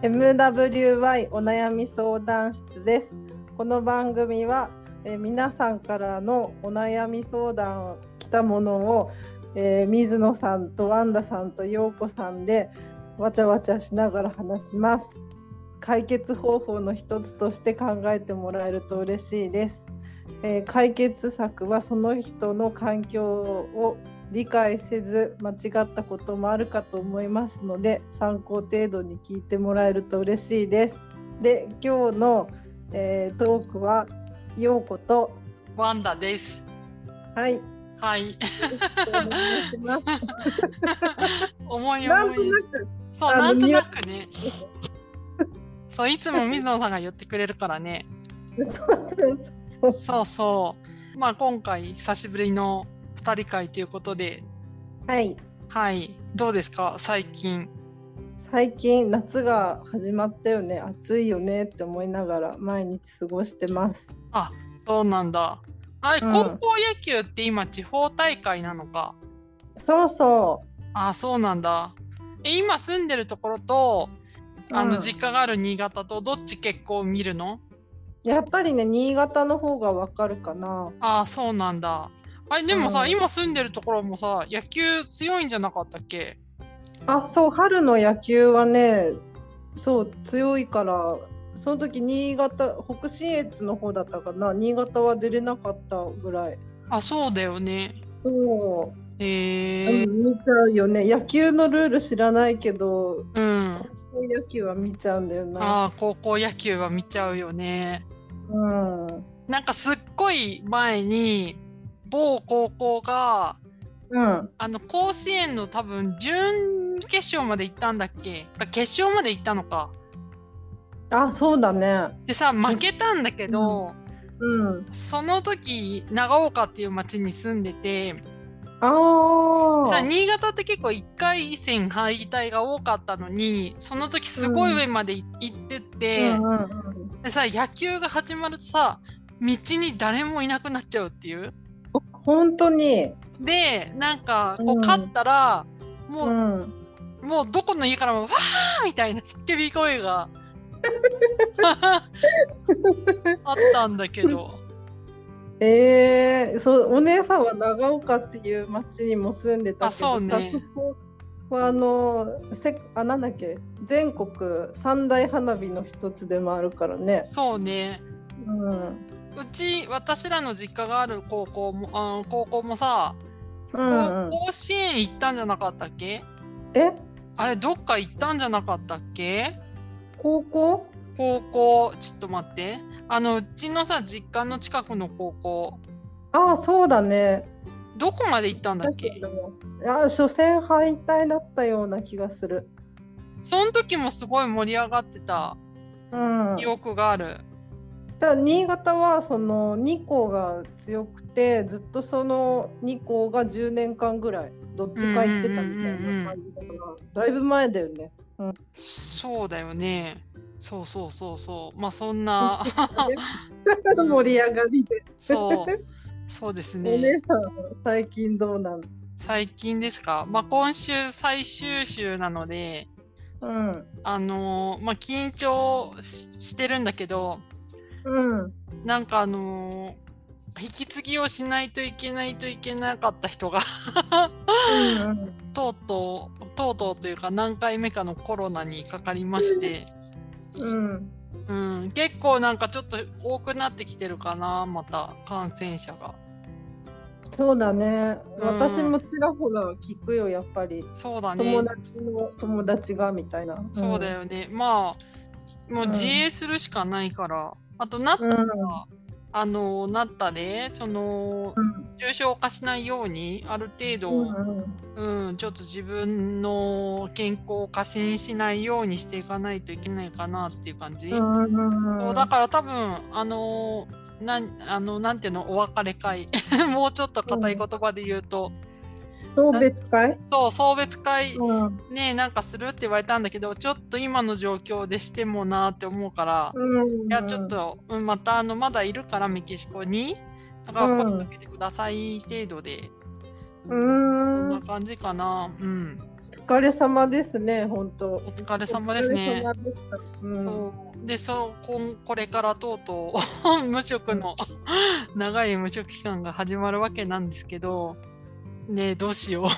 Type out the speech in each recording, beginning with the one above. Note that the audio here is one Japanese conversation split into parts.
MWY お悩み相談室です。この番組は、えー皆さんからのお悩み相談来たものを、えー水野さんとワンダさんと陽子さんでわちゃわちゃしながら話します。解決方法の一つとして考えてもらえると嬉しいです。えー解決策はその人の環境を理解せず間違ったこともあるかと思いますので参考程度に聞いてもらえると嬉しいです。で今日の、えートークはようことワンダです。はいはい。 お願いします思いなん思とい。なくそう、あのなんとなくね。そう、いつも水野さんが言ってくれるか らね。そうそうそうそうそう。まあ、今回久しぶりの二人会ということで。 はいはい。どうですか、最近。最近夏が始まったよね暑いよねって思いながら毎日過ごしてます。そうなんだ。あれ、うん高校野球って今地方大会なのか。そうそあ、そうなんだ。え、今住んでるところと。う。あうのん実家がある新潟とどっち結構見るのやっぱりね新潟の方がわかるかな。ああそうなんだ。あれでもさ、うん今住んでるところもさ野球強いんじゃなかったっけあそう春の野球はねそう強いからその時新潟北信越の方だったかな新潟は出れなかったぐらいあそうだよね。そう、へえうん見ちゃうよね野球のルール知らないけどうん。野球は見ちゃうんだよなああ高校野球は見ちゃうよね。うんうんなんかすっごい前に某高校があの甲子園の多分準決勝まで行ったんだっけあ決勝まで行ったのか。あそうだねでさ負けたんだけうど、んその時長岡っていう町に住んでて。あさあ新潟って結構1回戦敗退が多かったのにその時すごい上までい行ってって、でさ野球が始まるとさ道に誰もいなくなっちゃうっていう。本当にでなんかこうんう勝ったら、うもんうもうどこの家からも「わー!」みたいな叫び声があったんだけどえー、そうお姉さんは長岡っていう町にも住んでたけどさあそうねそこはあのせあなんだっけ全国三大花火の一つでもあるからね。そうねうんうち私らの実家がある高校もあー高校もさうんうん、甲子園行ったんじゃなかったっけえあれどっか行ったんじゃなかったっけ高校高校ちょっと待ってあのうちのさ実家の近くの高校ああそうだね。どこまで行ったんだっけだどあ初戦敗退だったような気がする。その時もすごい盛り上がってたうん、記憶があるただ新潟はその2校が強くてずっとその2校が10年間ぐらいどっちか行ってたみたいな感じだからだいぶ前だよね。そうだよねそうそうそうそうまあそ んなうん盛り上がりで。そうそうですお姉ねさんは最近どうなの最近ですかまあ今週最終週なのでうんあのーまあ緊張ししてるんだけどうんなんかあのー引き継ぎをしないといけないといけなかった人が うんとうとうとうとうというか何回目かのコロナにかかりまして、うんうん、結構なんかちょっと多くなってきてるかなまた感染者がそうだね、うん私もちらほら聞くよやっぱりそうだね友達の友達がみたいな。そうだよね、まあもううん自衛するしかないから、あとなったうん。ら、あのーなったでそのうん重症化しないようにある程度、うんうんうん、ちょっと自分の健康を過信しないようにしていかないといけないかなっていう感じ。うんうんそうだから多分あのーなんあのなんていうのお別れ会 もうちょっと硬い言葉で言うと、送別会、そう送別会うんねなんかするって言われたんだけどちょっと今の状況でしてもなーって思うから、うん、いやちょっと、うん、またあのまだいるからメキシコにだからうん声かけてください程度でうこんー。なん感じかな。うん。お疲れ様ですね、本当お。疲れ様ですねお。疲れ様でしたうんそうでそうこんこれからとうとう 無職の長い無職期間が始まるわけなんですけどねえどう しよ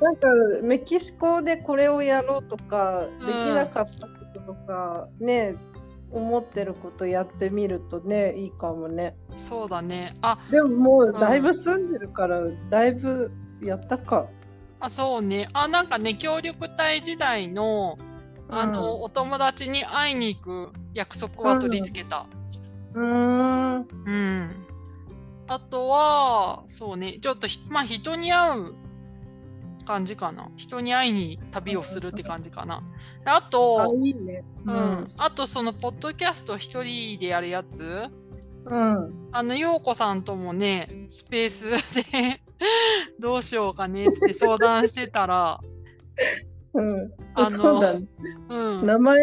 うなんかメキシコでこれをやろうとか、できなかったこととかね思ってることやってみるとねいいかもねそうだねあでももううんだいぶ住んでるから、だいぶやったかあそうねあなんかね協力隊時代のあの、お友達に会いに行く約束は取り付けた。うんうーんうん。あとは、そうね、ちょっとひ、まあ、人に会う感じかな。人に会いに旅をするって感じかな。でああと、いいねうん、あとその、ポッドキャスト一人でやるやつ、うん、うん、あの、ようこさんともね、スペースで どうしようかねっつって相談してたら、うん、あの そうだねうん、名前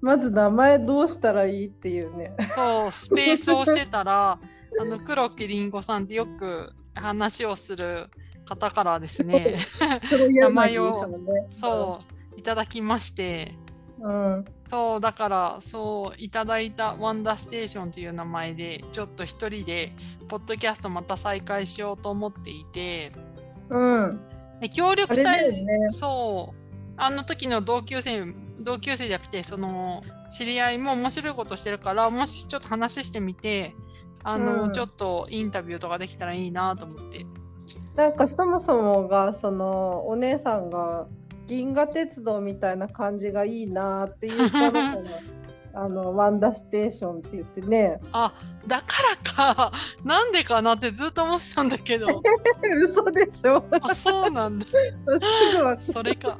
まず名前どうしたらいいっていうねそう、スペースをしてたら、あの、黒木りんごさんってよく話をする方からですね、名前をねそう、いただきまして、うんそう、だから、そう、いただいたワンダーステーションという名前で、ちょっと一人で、ポッドキャストまた再開しようと思っていて、うんで協力あれだ隊、よねそう、あの時の同級生、同級生じゃなくて、その、知り合いも面白いことしてるから、もしちょっと話してみて、あの、うんちょっとインタビューとかできたらいいなと思って。なんかそもそもがそのお姉さんが銀河鉄道みたいな感じがいいなっていうから あのワンダステーションって言ってねだから か、なんでかなってずっと思ってたんだ けど、嘘でしょあ、そうなんだ。すぐわかそ れか。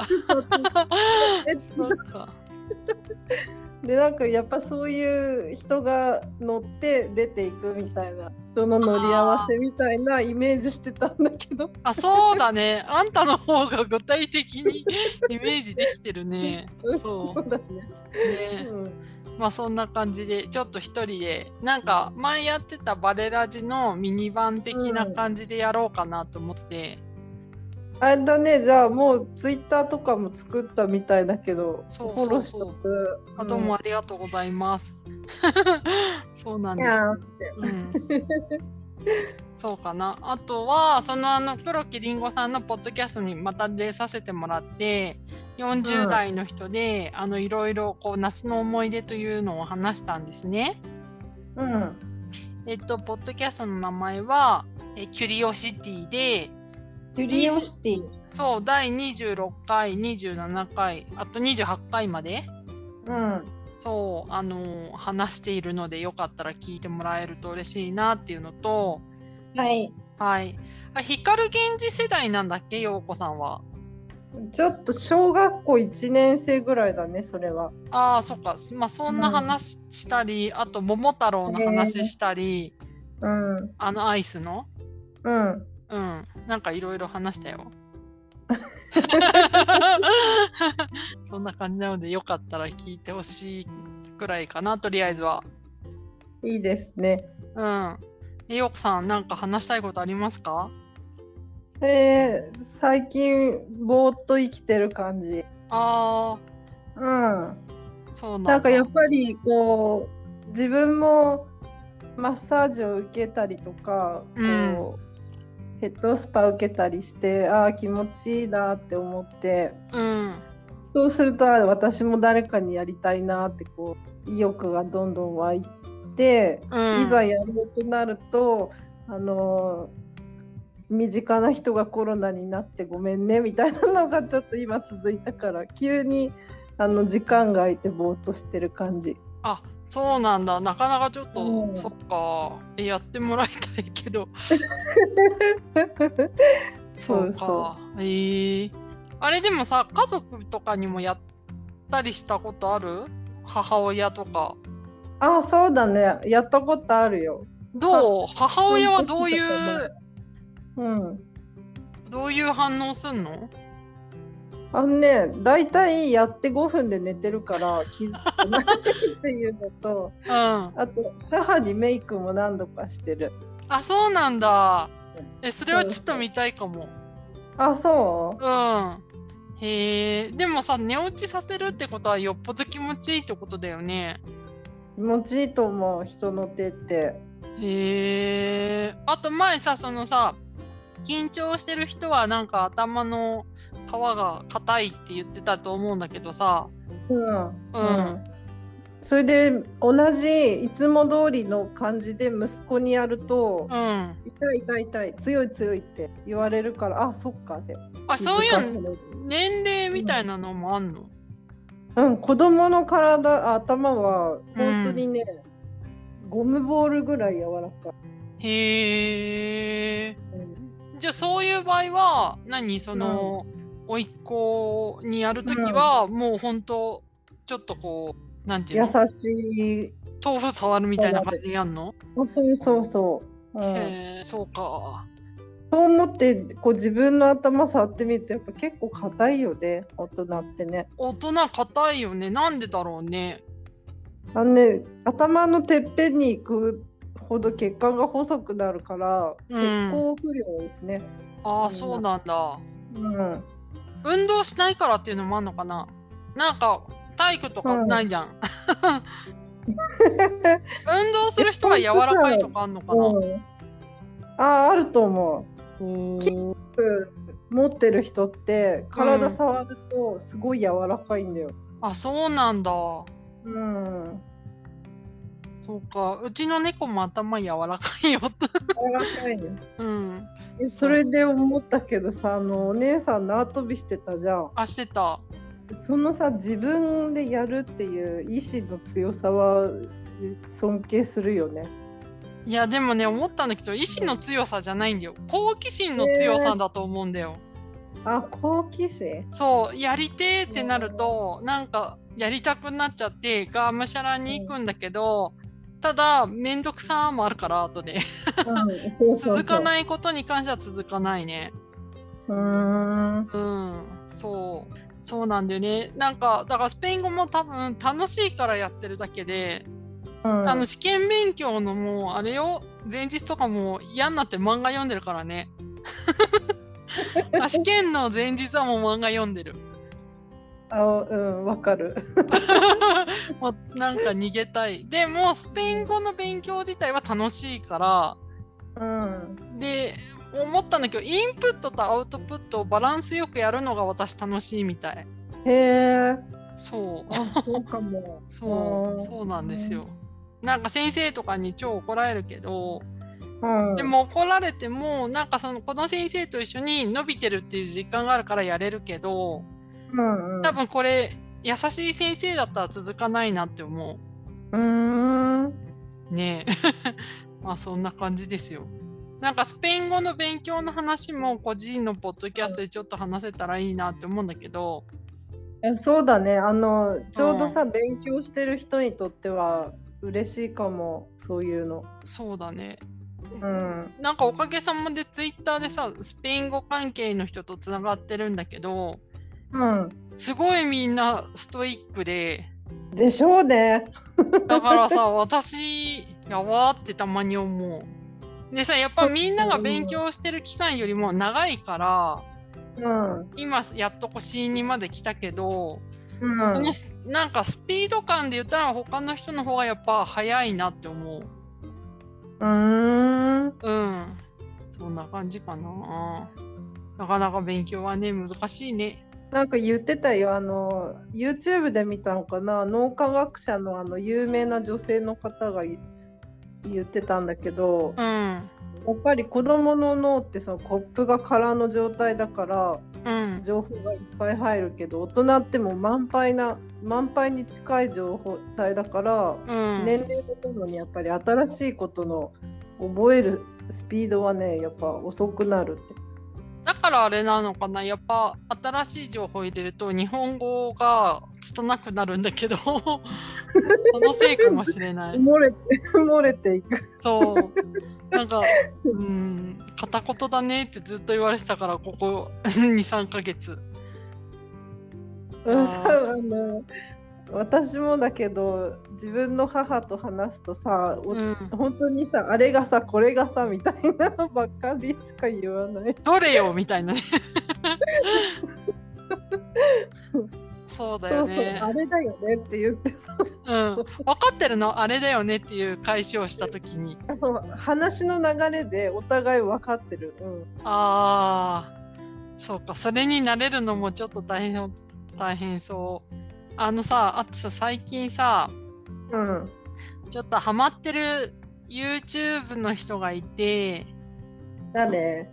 えそうか。でなんかやっぱそういう人が乗って出ていくみたいな人の乗り合わせみたいなイメージしてたんだけどあ、そうだね。あんたの方が具体的にイメージできてるね。そだね、う。ね。うんまあそんな感じで、ちょっと一人で、なんか前やってたバレラジのミニ版的な感じでやろうかなと思って、あれだねじゃあもうツイッターとかも作ったみたいだけどそうフォローしそとうそうくあどうもありがとうございます。 そうなんいです。やーってうん、そうかな。あとは、そのあの、黒木りんごさんのポッドキャストにまた出させてもらって、う40ん代の人で、あの、いろいろ、こう、夏の思い出というのを話したんですね。うんえっと、ポッドキャストの名前は、えキュリオシティで、キュリオシティ。そう、第26回、27回、あと28回まで、うん。そう、あの話しているので、よかったら聞いてもらえると嬉しいなっていうのと、はい。はい。あ、光源氏世代なんだっけ、陽子さんは。ちょっと小学校1年生ぐらいだね、それは。ああ、そっか。まあ、そんな話したり、あと、桃太郎の話したり、うん。うあの、アイスの。ん。うん。なんか、いろいろ話したよ。 そんな感じなので、よかったら聞いてほしいくらいかな、とりあえずは。いいですね。うん。え陽子さん、なんか話したいことありますかえー、最近、ぼーっと生きてる感じ。ああ、うん。そうなんだ。なんかやっぱり、こう、自分もマッサージを受けたりとか、うんこう、ヘッドスパ受けたりして、ああ、気持ちいいなって思って、うん。そうするとあ私も誰かにやりたいなってこう意欲がどんどん湧いて、うん。いざやろうとなるとあのー身近な人がコロナになってごめんねみたいなのがちょっと今続いたから急にあの時間が空いてぼーっとしてる感じ。あそうなんだなかなかちょっと、うんそっかえやってもらいたいけど そうかそえーあれでもさ家族とかにもやったりしたことある母親とかう。あそうだねやったことあるよ。どう母親はどういそういうこううんどういう反応すんのあのね、大体やって5分で寝てるから 気づかないっていうのと、うんあと母にメイクも何度かしてる。あそうなんだえそれはちょっと見たいかも。あ、そうん。へえ。でもさ寝落ちさせるってことはよっぽど気持ちいいってことだよね。う。持ちいいと思う、人の手って。へえ。あと前さそのさ緊張してる人はなんか頭の皮が硬いって言ってたと思うんだけどさ。うん。うん。それで同じいつも通りの感じで息子にやるとう、ん。痛い痛い痛い強い強いって言われるからあそっかってあそうい気づかされうる年齢みたいなのもあんの。うん子供の体あ頭は本当にね、ゴムボールぐらい柔らかへえ。い、じゃあそういう場合は何その、甥っ子にやるときは、もう本当ちょっとこうなんていう優のしい豆腐触るみたいな感じでやんの、本当にそうそう、うん、へえそうかそう思ってこう自分の頭触ってみるとやっぱ結構硬いよね大人ってね大人硬いよねなんでだろうねあのね頭のてっぺんに行くほど血管が細くなるから、う血ん行不良ですねあうあんそうなんだうん運動しないからっていうのもあんのかななんか体育とかないじゃん、運動する人は柔らかいとかあんのか な、うん、あーあると思おーう、持ってる人って体触るとすごい柔らかいんだよ、あそうなんだうんそうかうちの猫も頭柔らかいよ柔とらかいね うん。 えそれで思ったけどさあのお姉さん縄跳びしてたじゃんあ、してた。そのさ自分でやるっていう意志の強さは尊敬するよねいや、でもね、思ったんだけど、意志の強さじゃないんだよ。好奇心の強さだと思うんだよ。あ好奇心そう、やりてーってなると、なんか、やりたくなっちゃって、がむしゃらに行くんだけど、ただ、めんどくさーもあるから、後で。続かいないことに関しては続かないね。うーんうん、そう。そうなんだよね。なんか、だからスペイン語も多分楽しいからやってるだけで、あの試験勉強のもうあれよ前日とかもう嫌になって漫画読んでるからねあ試験の前日はもう漫画読んでるあうんわかる もうなんか逃げたいでもうスペイン語の勉強自体は楽しいからうんで思ったんだけどインプットとアウトプットをバランスよくやるのが私楽しいみたいへえそうあそうかもそうあーそうなんですよなんか先生とかに超怒られるけどうんでも怒られてもなんかそのこの先生と一緒に伸びてるっていう実感があるからやれるけどうんうん多分これ優しい先生だったら続かないなって思うーんうねえ まあそんな感じですよなんかスペイン語の勉強の話も個人のポッドキャストでちょっと話せたらいいなって思うんだけどえそうだねあのちょうどさ、勉強してる人にとっては嬉しいかもそういうのそうだねうんなんかおかげさまでツイッターでさスペイン語関係の人とつながってるんだけどうんすごいみんなストイックででしょうねだからさ私やばーってたまに思う。でさやっぱみんなが勉強してる期間よりも長いからうんうん今やっとこう C2 まで来たけど、このなんかスピード感で言ったら他の人の方がやっぱ早いなって思う。うーんうんそんな感じかな。なかなか勉強はね難しいね。なんか言ってたよあの YouTube で見たのかな脳科学者のあの有名な女性の方がい言ってたんだけどうんやっぱり子どもの脳ってそのコップが空の状態だからうん情報がいっぱい入るけど大人ってもう満杯な満杯に近い情報体だから、うん。年齢とともにやっぱり新しいことの覚えるスピードはねやっぱ遅くなるって。だからあれなのかなやっぱ新しい情報入れると日本語が拙くなるんだ けどそのせいかもしれな埋いもれて 埋もれていく。そう なんかうん片言だねってずっと言われてたからここ23ヶ月うんあー そうあの私もだけど自分の母と話すとさ、おうん、本当にさあれがさこれがさみたいなのばっかりしか言わない。どれよみたいなねそうだよねそうそうあれだよねって言ってさうん、分かってるのあれだよねっていう返しをした時にあの話の流れでお互い分かってる。うんああそうかそれに慣れるのもちょっと大変大変そうあのさあとさ最近さうんちょっとハマってる YouTube の人がいて誰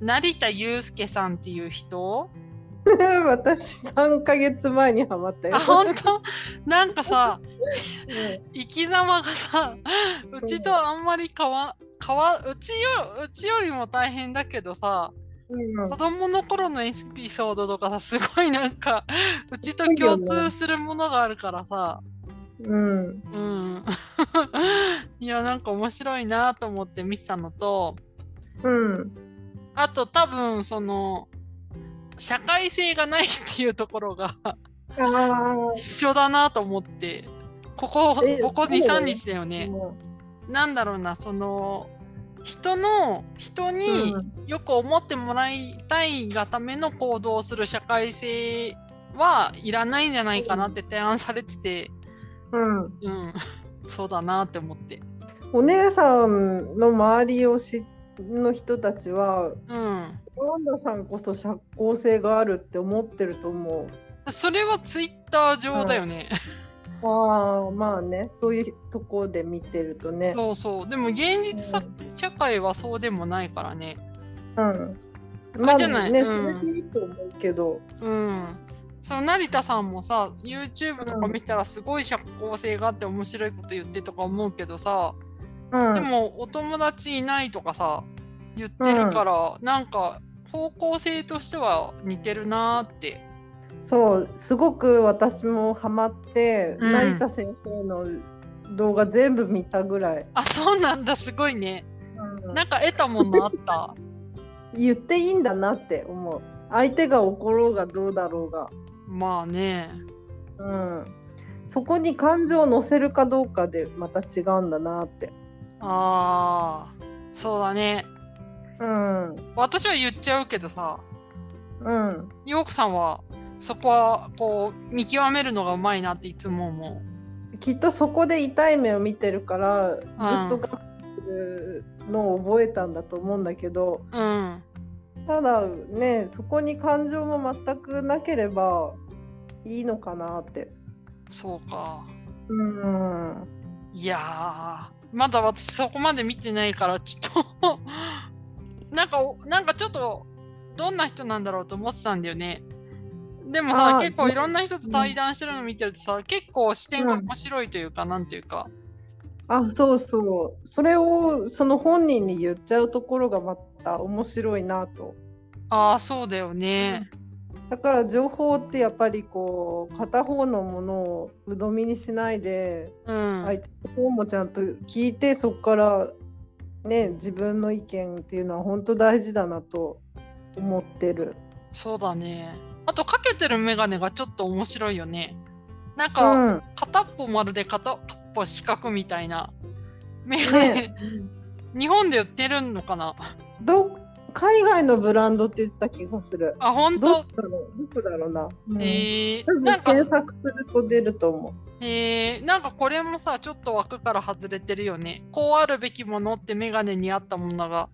成田悠介さんっていう人 私3ヶ月前にハマったよあ。本当なんかさうん生き様がさうちとあんまり変わ変わうちようちよりも大変だけどさうん子供の頃のエピソードとかさすごいなん かうちと共通するものがあるからさうんうん いやなんか面白いなと思って見てたのとうんあと多分その社会性がないっていうところがああ一緒だなと思ってここえこそこうだよ23日だよね。もなんだろうなその人の人うにうんよく思ってもらいたいがための行動をする社会性はいらないんじゃないかなって提案されてて、うんうん、 そうだなって思って。お姉さんの周りをしの人たちはうん。ワンダさんこそ社交性があるって思ってると思それはツイッター上だよね。う。ああまあねそういうとこで見てるとね。 そうそう。でも現実さ、う社会はそうでもないからね。うん。れまあじゃないね、うんそれでいいと思うけど。うん。その成田さんもさ YouTube とか見たらすごい社交性があって面白いこと言ってとか思うけどさ、うん、でもお友達いないとかさ言ってるから、なんか方向性としては似てるなーってそうすごく私もハマって、うん成田先生の動画全部見たぐらい、あそうなんだすごいねうんなんか得たものあった 言っていいんだなって思う相手が怒ろうがどうだろうが、まあねうん、そこに感情を乗せるかどうかでまた違うんだなって、あーそうだねうん私は言っちゃうけどさうん、陽子さんはそこはこう見極めるのがうまいなっていつも思きっとそこで痛い目を見てるからずっと我慢するのを覚えたんだと思うんだけど、ううんただねそこに感情も全くなければいいのかなってそうかうんいやー、まだ私そこまで見てないから、ちょっと、なんかお、なんかちょっと、どんな人なんだろうと思ってたんだよね。でもさ、あー結構いろんな人と対談してるの見てるとさ、結構視点が面白いというか、なんていうか。あそうそうそれをその本人に言っちゃうところがまた面白いなとああ、そうだよね。だから情報ってやっぱりこう片方のものを鵜呑みにしないでうん。相手の方もちゃんと聞いてそこからね自分の意見っていうのは本当大事だなと思ってる。そうだね。あと、かけてるメガネがちょっと面白いよね。なんうか、 ん片っぽ丸で片っぽ四角みたいな。メガネ、ね日本で売ってるのかなど海外のブランドって言ってた気がする。あ、本ど当っちだろうどこだろうな。うんえ多ー、な分んか検索すると出ると思えー、なんかこれもさちょっと枠から外れてるよねこうあるべきものってメガネにあったものが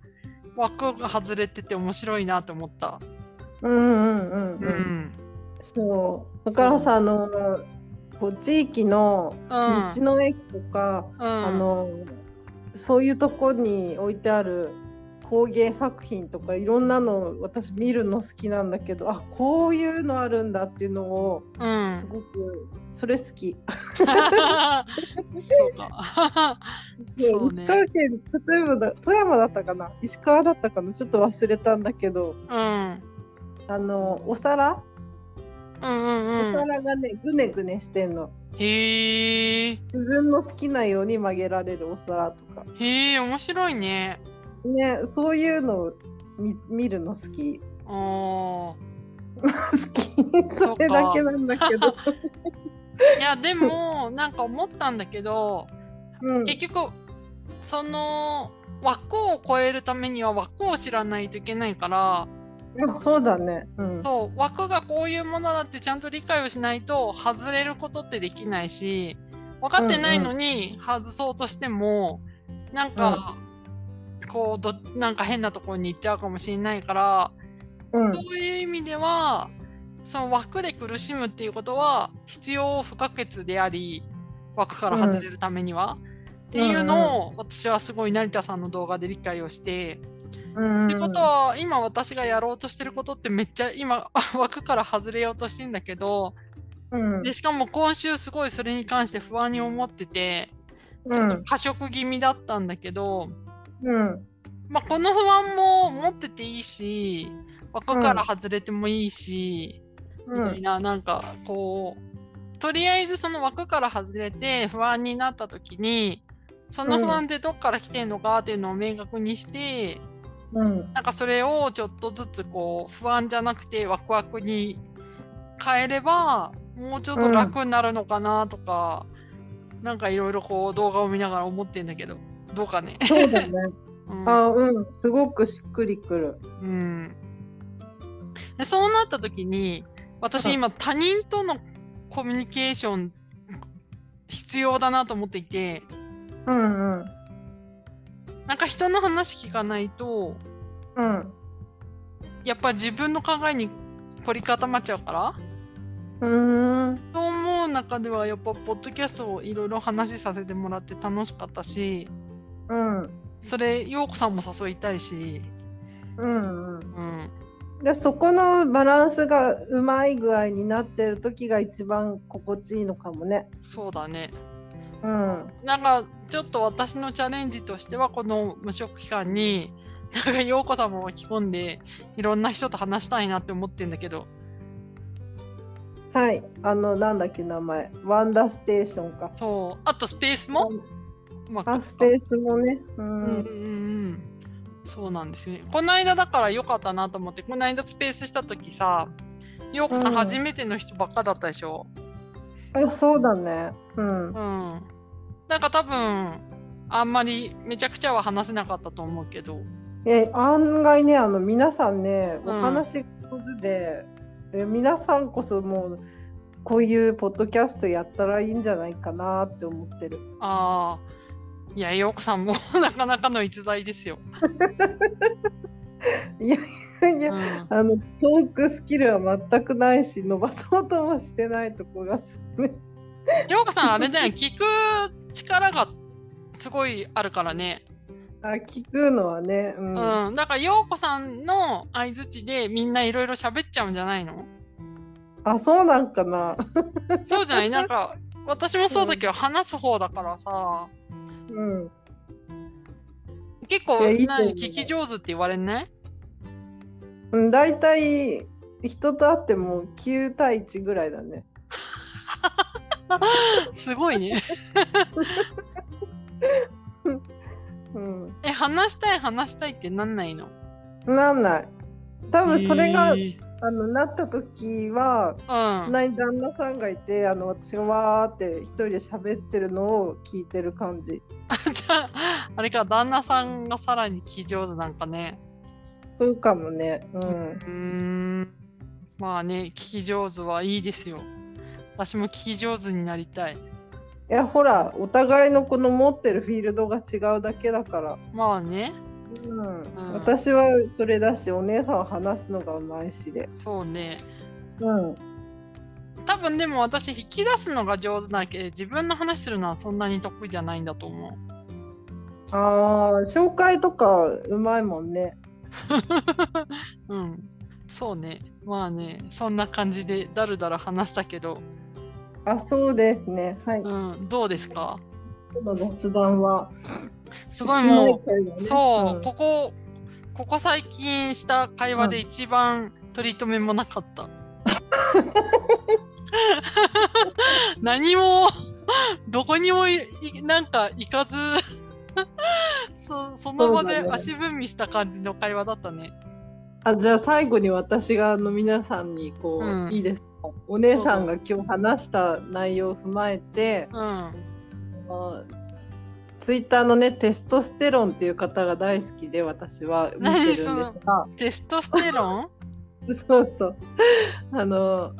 枠が外れてて面白いなと思ったう。うんうんうん、ううんんそうだからさあのこう地域のう道んうんの駅とか、あのそういうとこに置いてある工芸作品とかいろんなの私見るの好きなんだけどあこういうのあるんだっていうのをうすんごくそれ好き。 そうか そう石ね川県例えばだ富山だったかな石川だったかなちょっと忘れたんだけどうんあのお皿、うんうんおうん皿がねぐねぐねしてんのへえ自分の好きなように曲げられるお皿とかへえ面白いねねそういうのを見見るの好き あー 好きそれだけなんだけどいやでもなんか思ったんだけどうん結局その枠を超えるためには枠を知らないといけないからまあそうだね。うん。そう枠がこういうものだってちゃんと理解をしないと外れることってできないし分かってないのに外そうとしても、なんか、こうどなんか変なところに行っちゃうかもしれないから、うんそういう意味ではその枠で苦しむっていうことは必要不可欠であり枠から外れるためには、っていうのを私はすごい成田さんの動画で理解をして。うんってことは今私がやろうとしてることってめっちゃ今 枠から外れようとしてんだけどうんでしかも今週すごいそれに関して不安に思っててちょっと過食気味だったんだけど、うんまあ、この不安も持ってていいし枠から外れてもいいし、うみたいんななんかこうとりあえずその枠から外れて不安になった時にその不安ってどっから来てんのかっていうのを明確にして。うんなんかそれをちょっとずつこう不安じゃなくてワクワクに変えればもうちょっと楽になるのかなとか、なんかいろいろこう動画を見ながら思ってんだけどどうかね。 そうだね。うんあうんすごくしっくりくる。うん、でそうなった時に私今他人とのコミュニケーション必要だなと思っていてうんうんなんか人の話聞かないとうんやっぱ自分の考えに凝り固まっちゃうから。うーんと思う中ではやっぱポッドキャストをいろいろ話しさせてもらって楽しかったしうんそれ陽子さんも誘いたいし、うんうん。うん、でそこのバランスがうまい具合になってる時が一番心地いいのかもね。そうだねうんなんかちょっと私のチャレンジとしてはこの無職期間に なんか陽子さんも巻き込んでいろんな人と話したいなって思ってんだけどはいあのなんだっけ名前ワンダステーションか。そうあとスペースもうまくあスペースもね。うんうんうんうんそうなんですよね。この間だから良かったなと思って、この間スペースした時さ、ようこさうんん初めての人ばっかだったでしょ。あそうだね。うんうん。なんか多分、あんまりめちゃくちゃは話せなかったと思うけど。え案外ねあの皆さんねおうん話上手で、え皆さんこそもうこういうポッドキャストやったらいいんじゃないかなって思ってる。 ああ。いや、ようこさんも なかなかの逸材ですよ。いやいやいうや、ん、あのトークスキルは全くないし伸ばそうともしてないとこがすごいようこさん、あれじゃん、聞く力がすごいあるからね。あ聞くのはね、うんうん。だから、ようこさんの相づちでみんないろいろ喋っちゃうんじゃな いのあそうなんかな、そうじゃないなんか私もそうだけど話す方だからさうん、結いや構いいとな思う聞き上手って言われないうん大体人と会っても9対1ぐらいだね。すご いねうん、え話したい話したいってなんないのなんない多分それが、えーあのなった時はうん隣に旦那さんがいてあの私がわーって一人で喋ってるのを聞いてる感じ じゃああれか旦那さんがさらに聞き上手なんかねそうかもねううんーんまあね聞き上手はいいですよ私も聞き上手になりたいいやほらお互いのこの持ってるフィールドが違うだけだから、まあねうんん私はそれだしお姉さんは話すのがうまいしで、そうねうん、多分でも私引き出すのが上手だけど自分の話するのはそんなに得意じゃないんだと思うあー紹介とかうまいもんねうん、そうね。まあね、そんな感じでだるだる話したけど、あそうですねはい、うん、どうですかこの雑談はすごい姉妹も会だねう、そう、んここ、ここ最近した会話で一番取り留めもな かった。何も、どこにもいいなんか行かず、そその場そうだでね足踏みした感じの会話だったね。あじゃあ最後に私があの皆さんにこう、うんいいですかお姉さんがど今日話した内容を踏まえてうん。ツイッターのねテストステロンっていう方が大好きで私は見てるん です何がテストステロ ンそうそうあの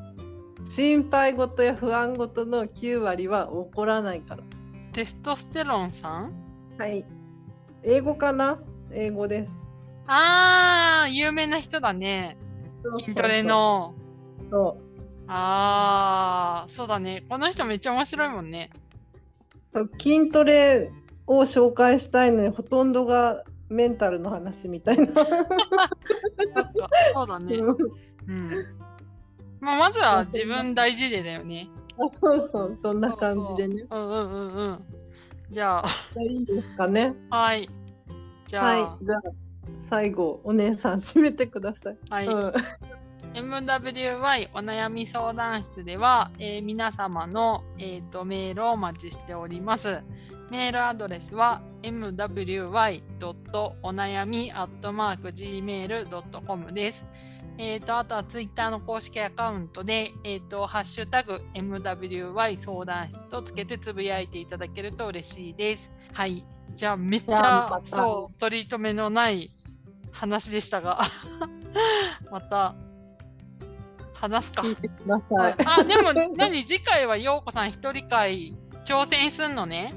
心配事や不安事の9割は起こらないからテストステロンさんはい英語かな英語ですあー、有名な人だね。筋トレの。そうあー、そうだね。この人めっちゃ面白いもんね。筋トレを紹介したいのにほとんどがメンタルの話みたいな。そっか。そうだね。そうん。まあ、まずは自分大事でだよね。うそうそんな感じでね。うんうんうんうん。じゃいいですかね。あ、はい。じゃはい。じゃあ最後お姉さん締めてください。あ、はい。うん MWY お悩み相談室では、えー皆様の、えーとメールをお待ちしております。メールアドレスは mwy.onayami.gmail.com です。えーとあとはツイッターの公式アカウントで、えーとハッシュタグ MWY 相談室とつけてつぶやいていただけると嬉しいです。はい。じゃあめっちじゃあゃまたそう取り留めのない話でしたが また話すか聞。いてくださは いい。あでも何次回はようこさん一人会挑戦すんのね。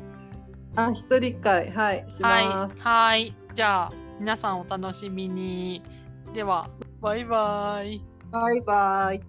あ一人会はいしまはいす。はいじゃあ皆さんお楽しみに。ではバイバイ。バイバイ。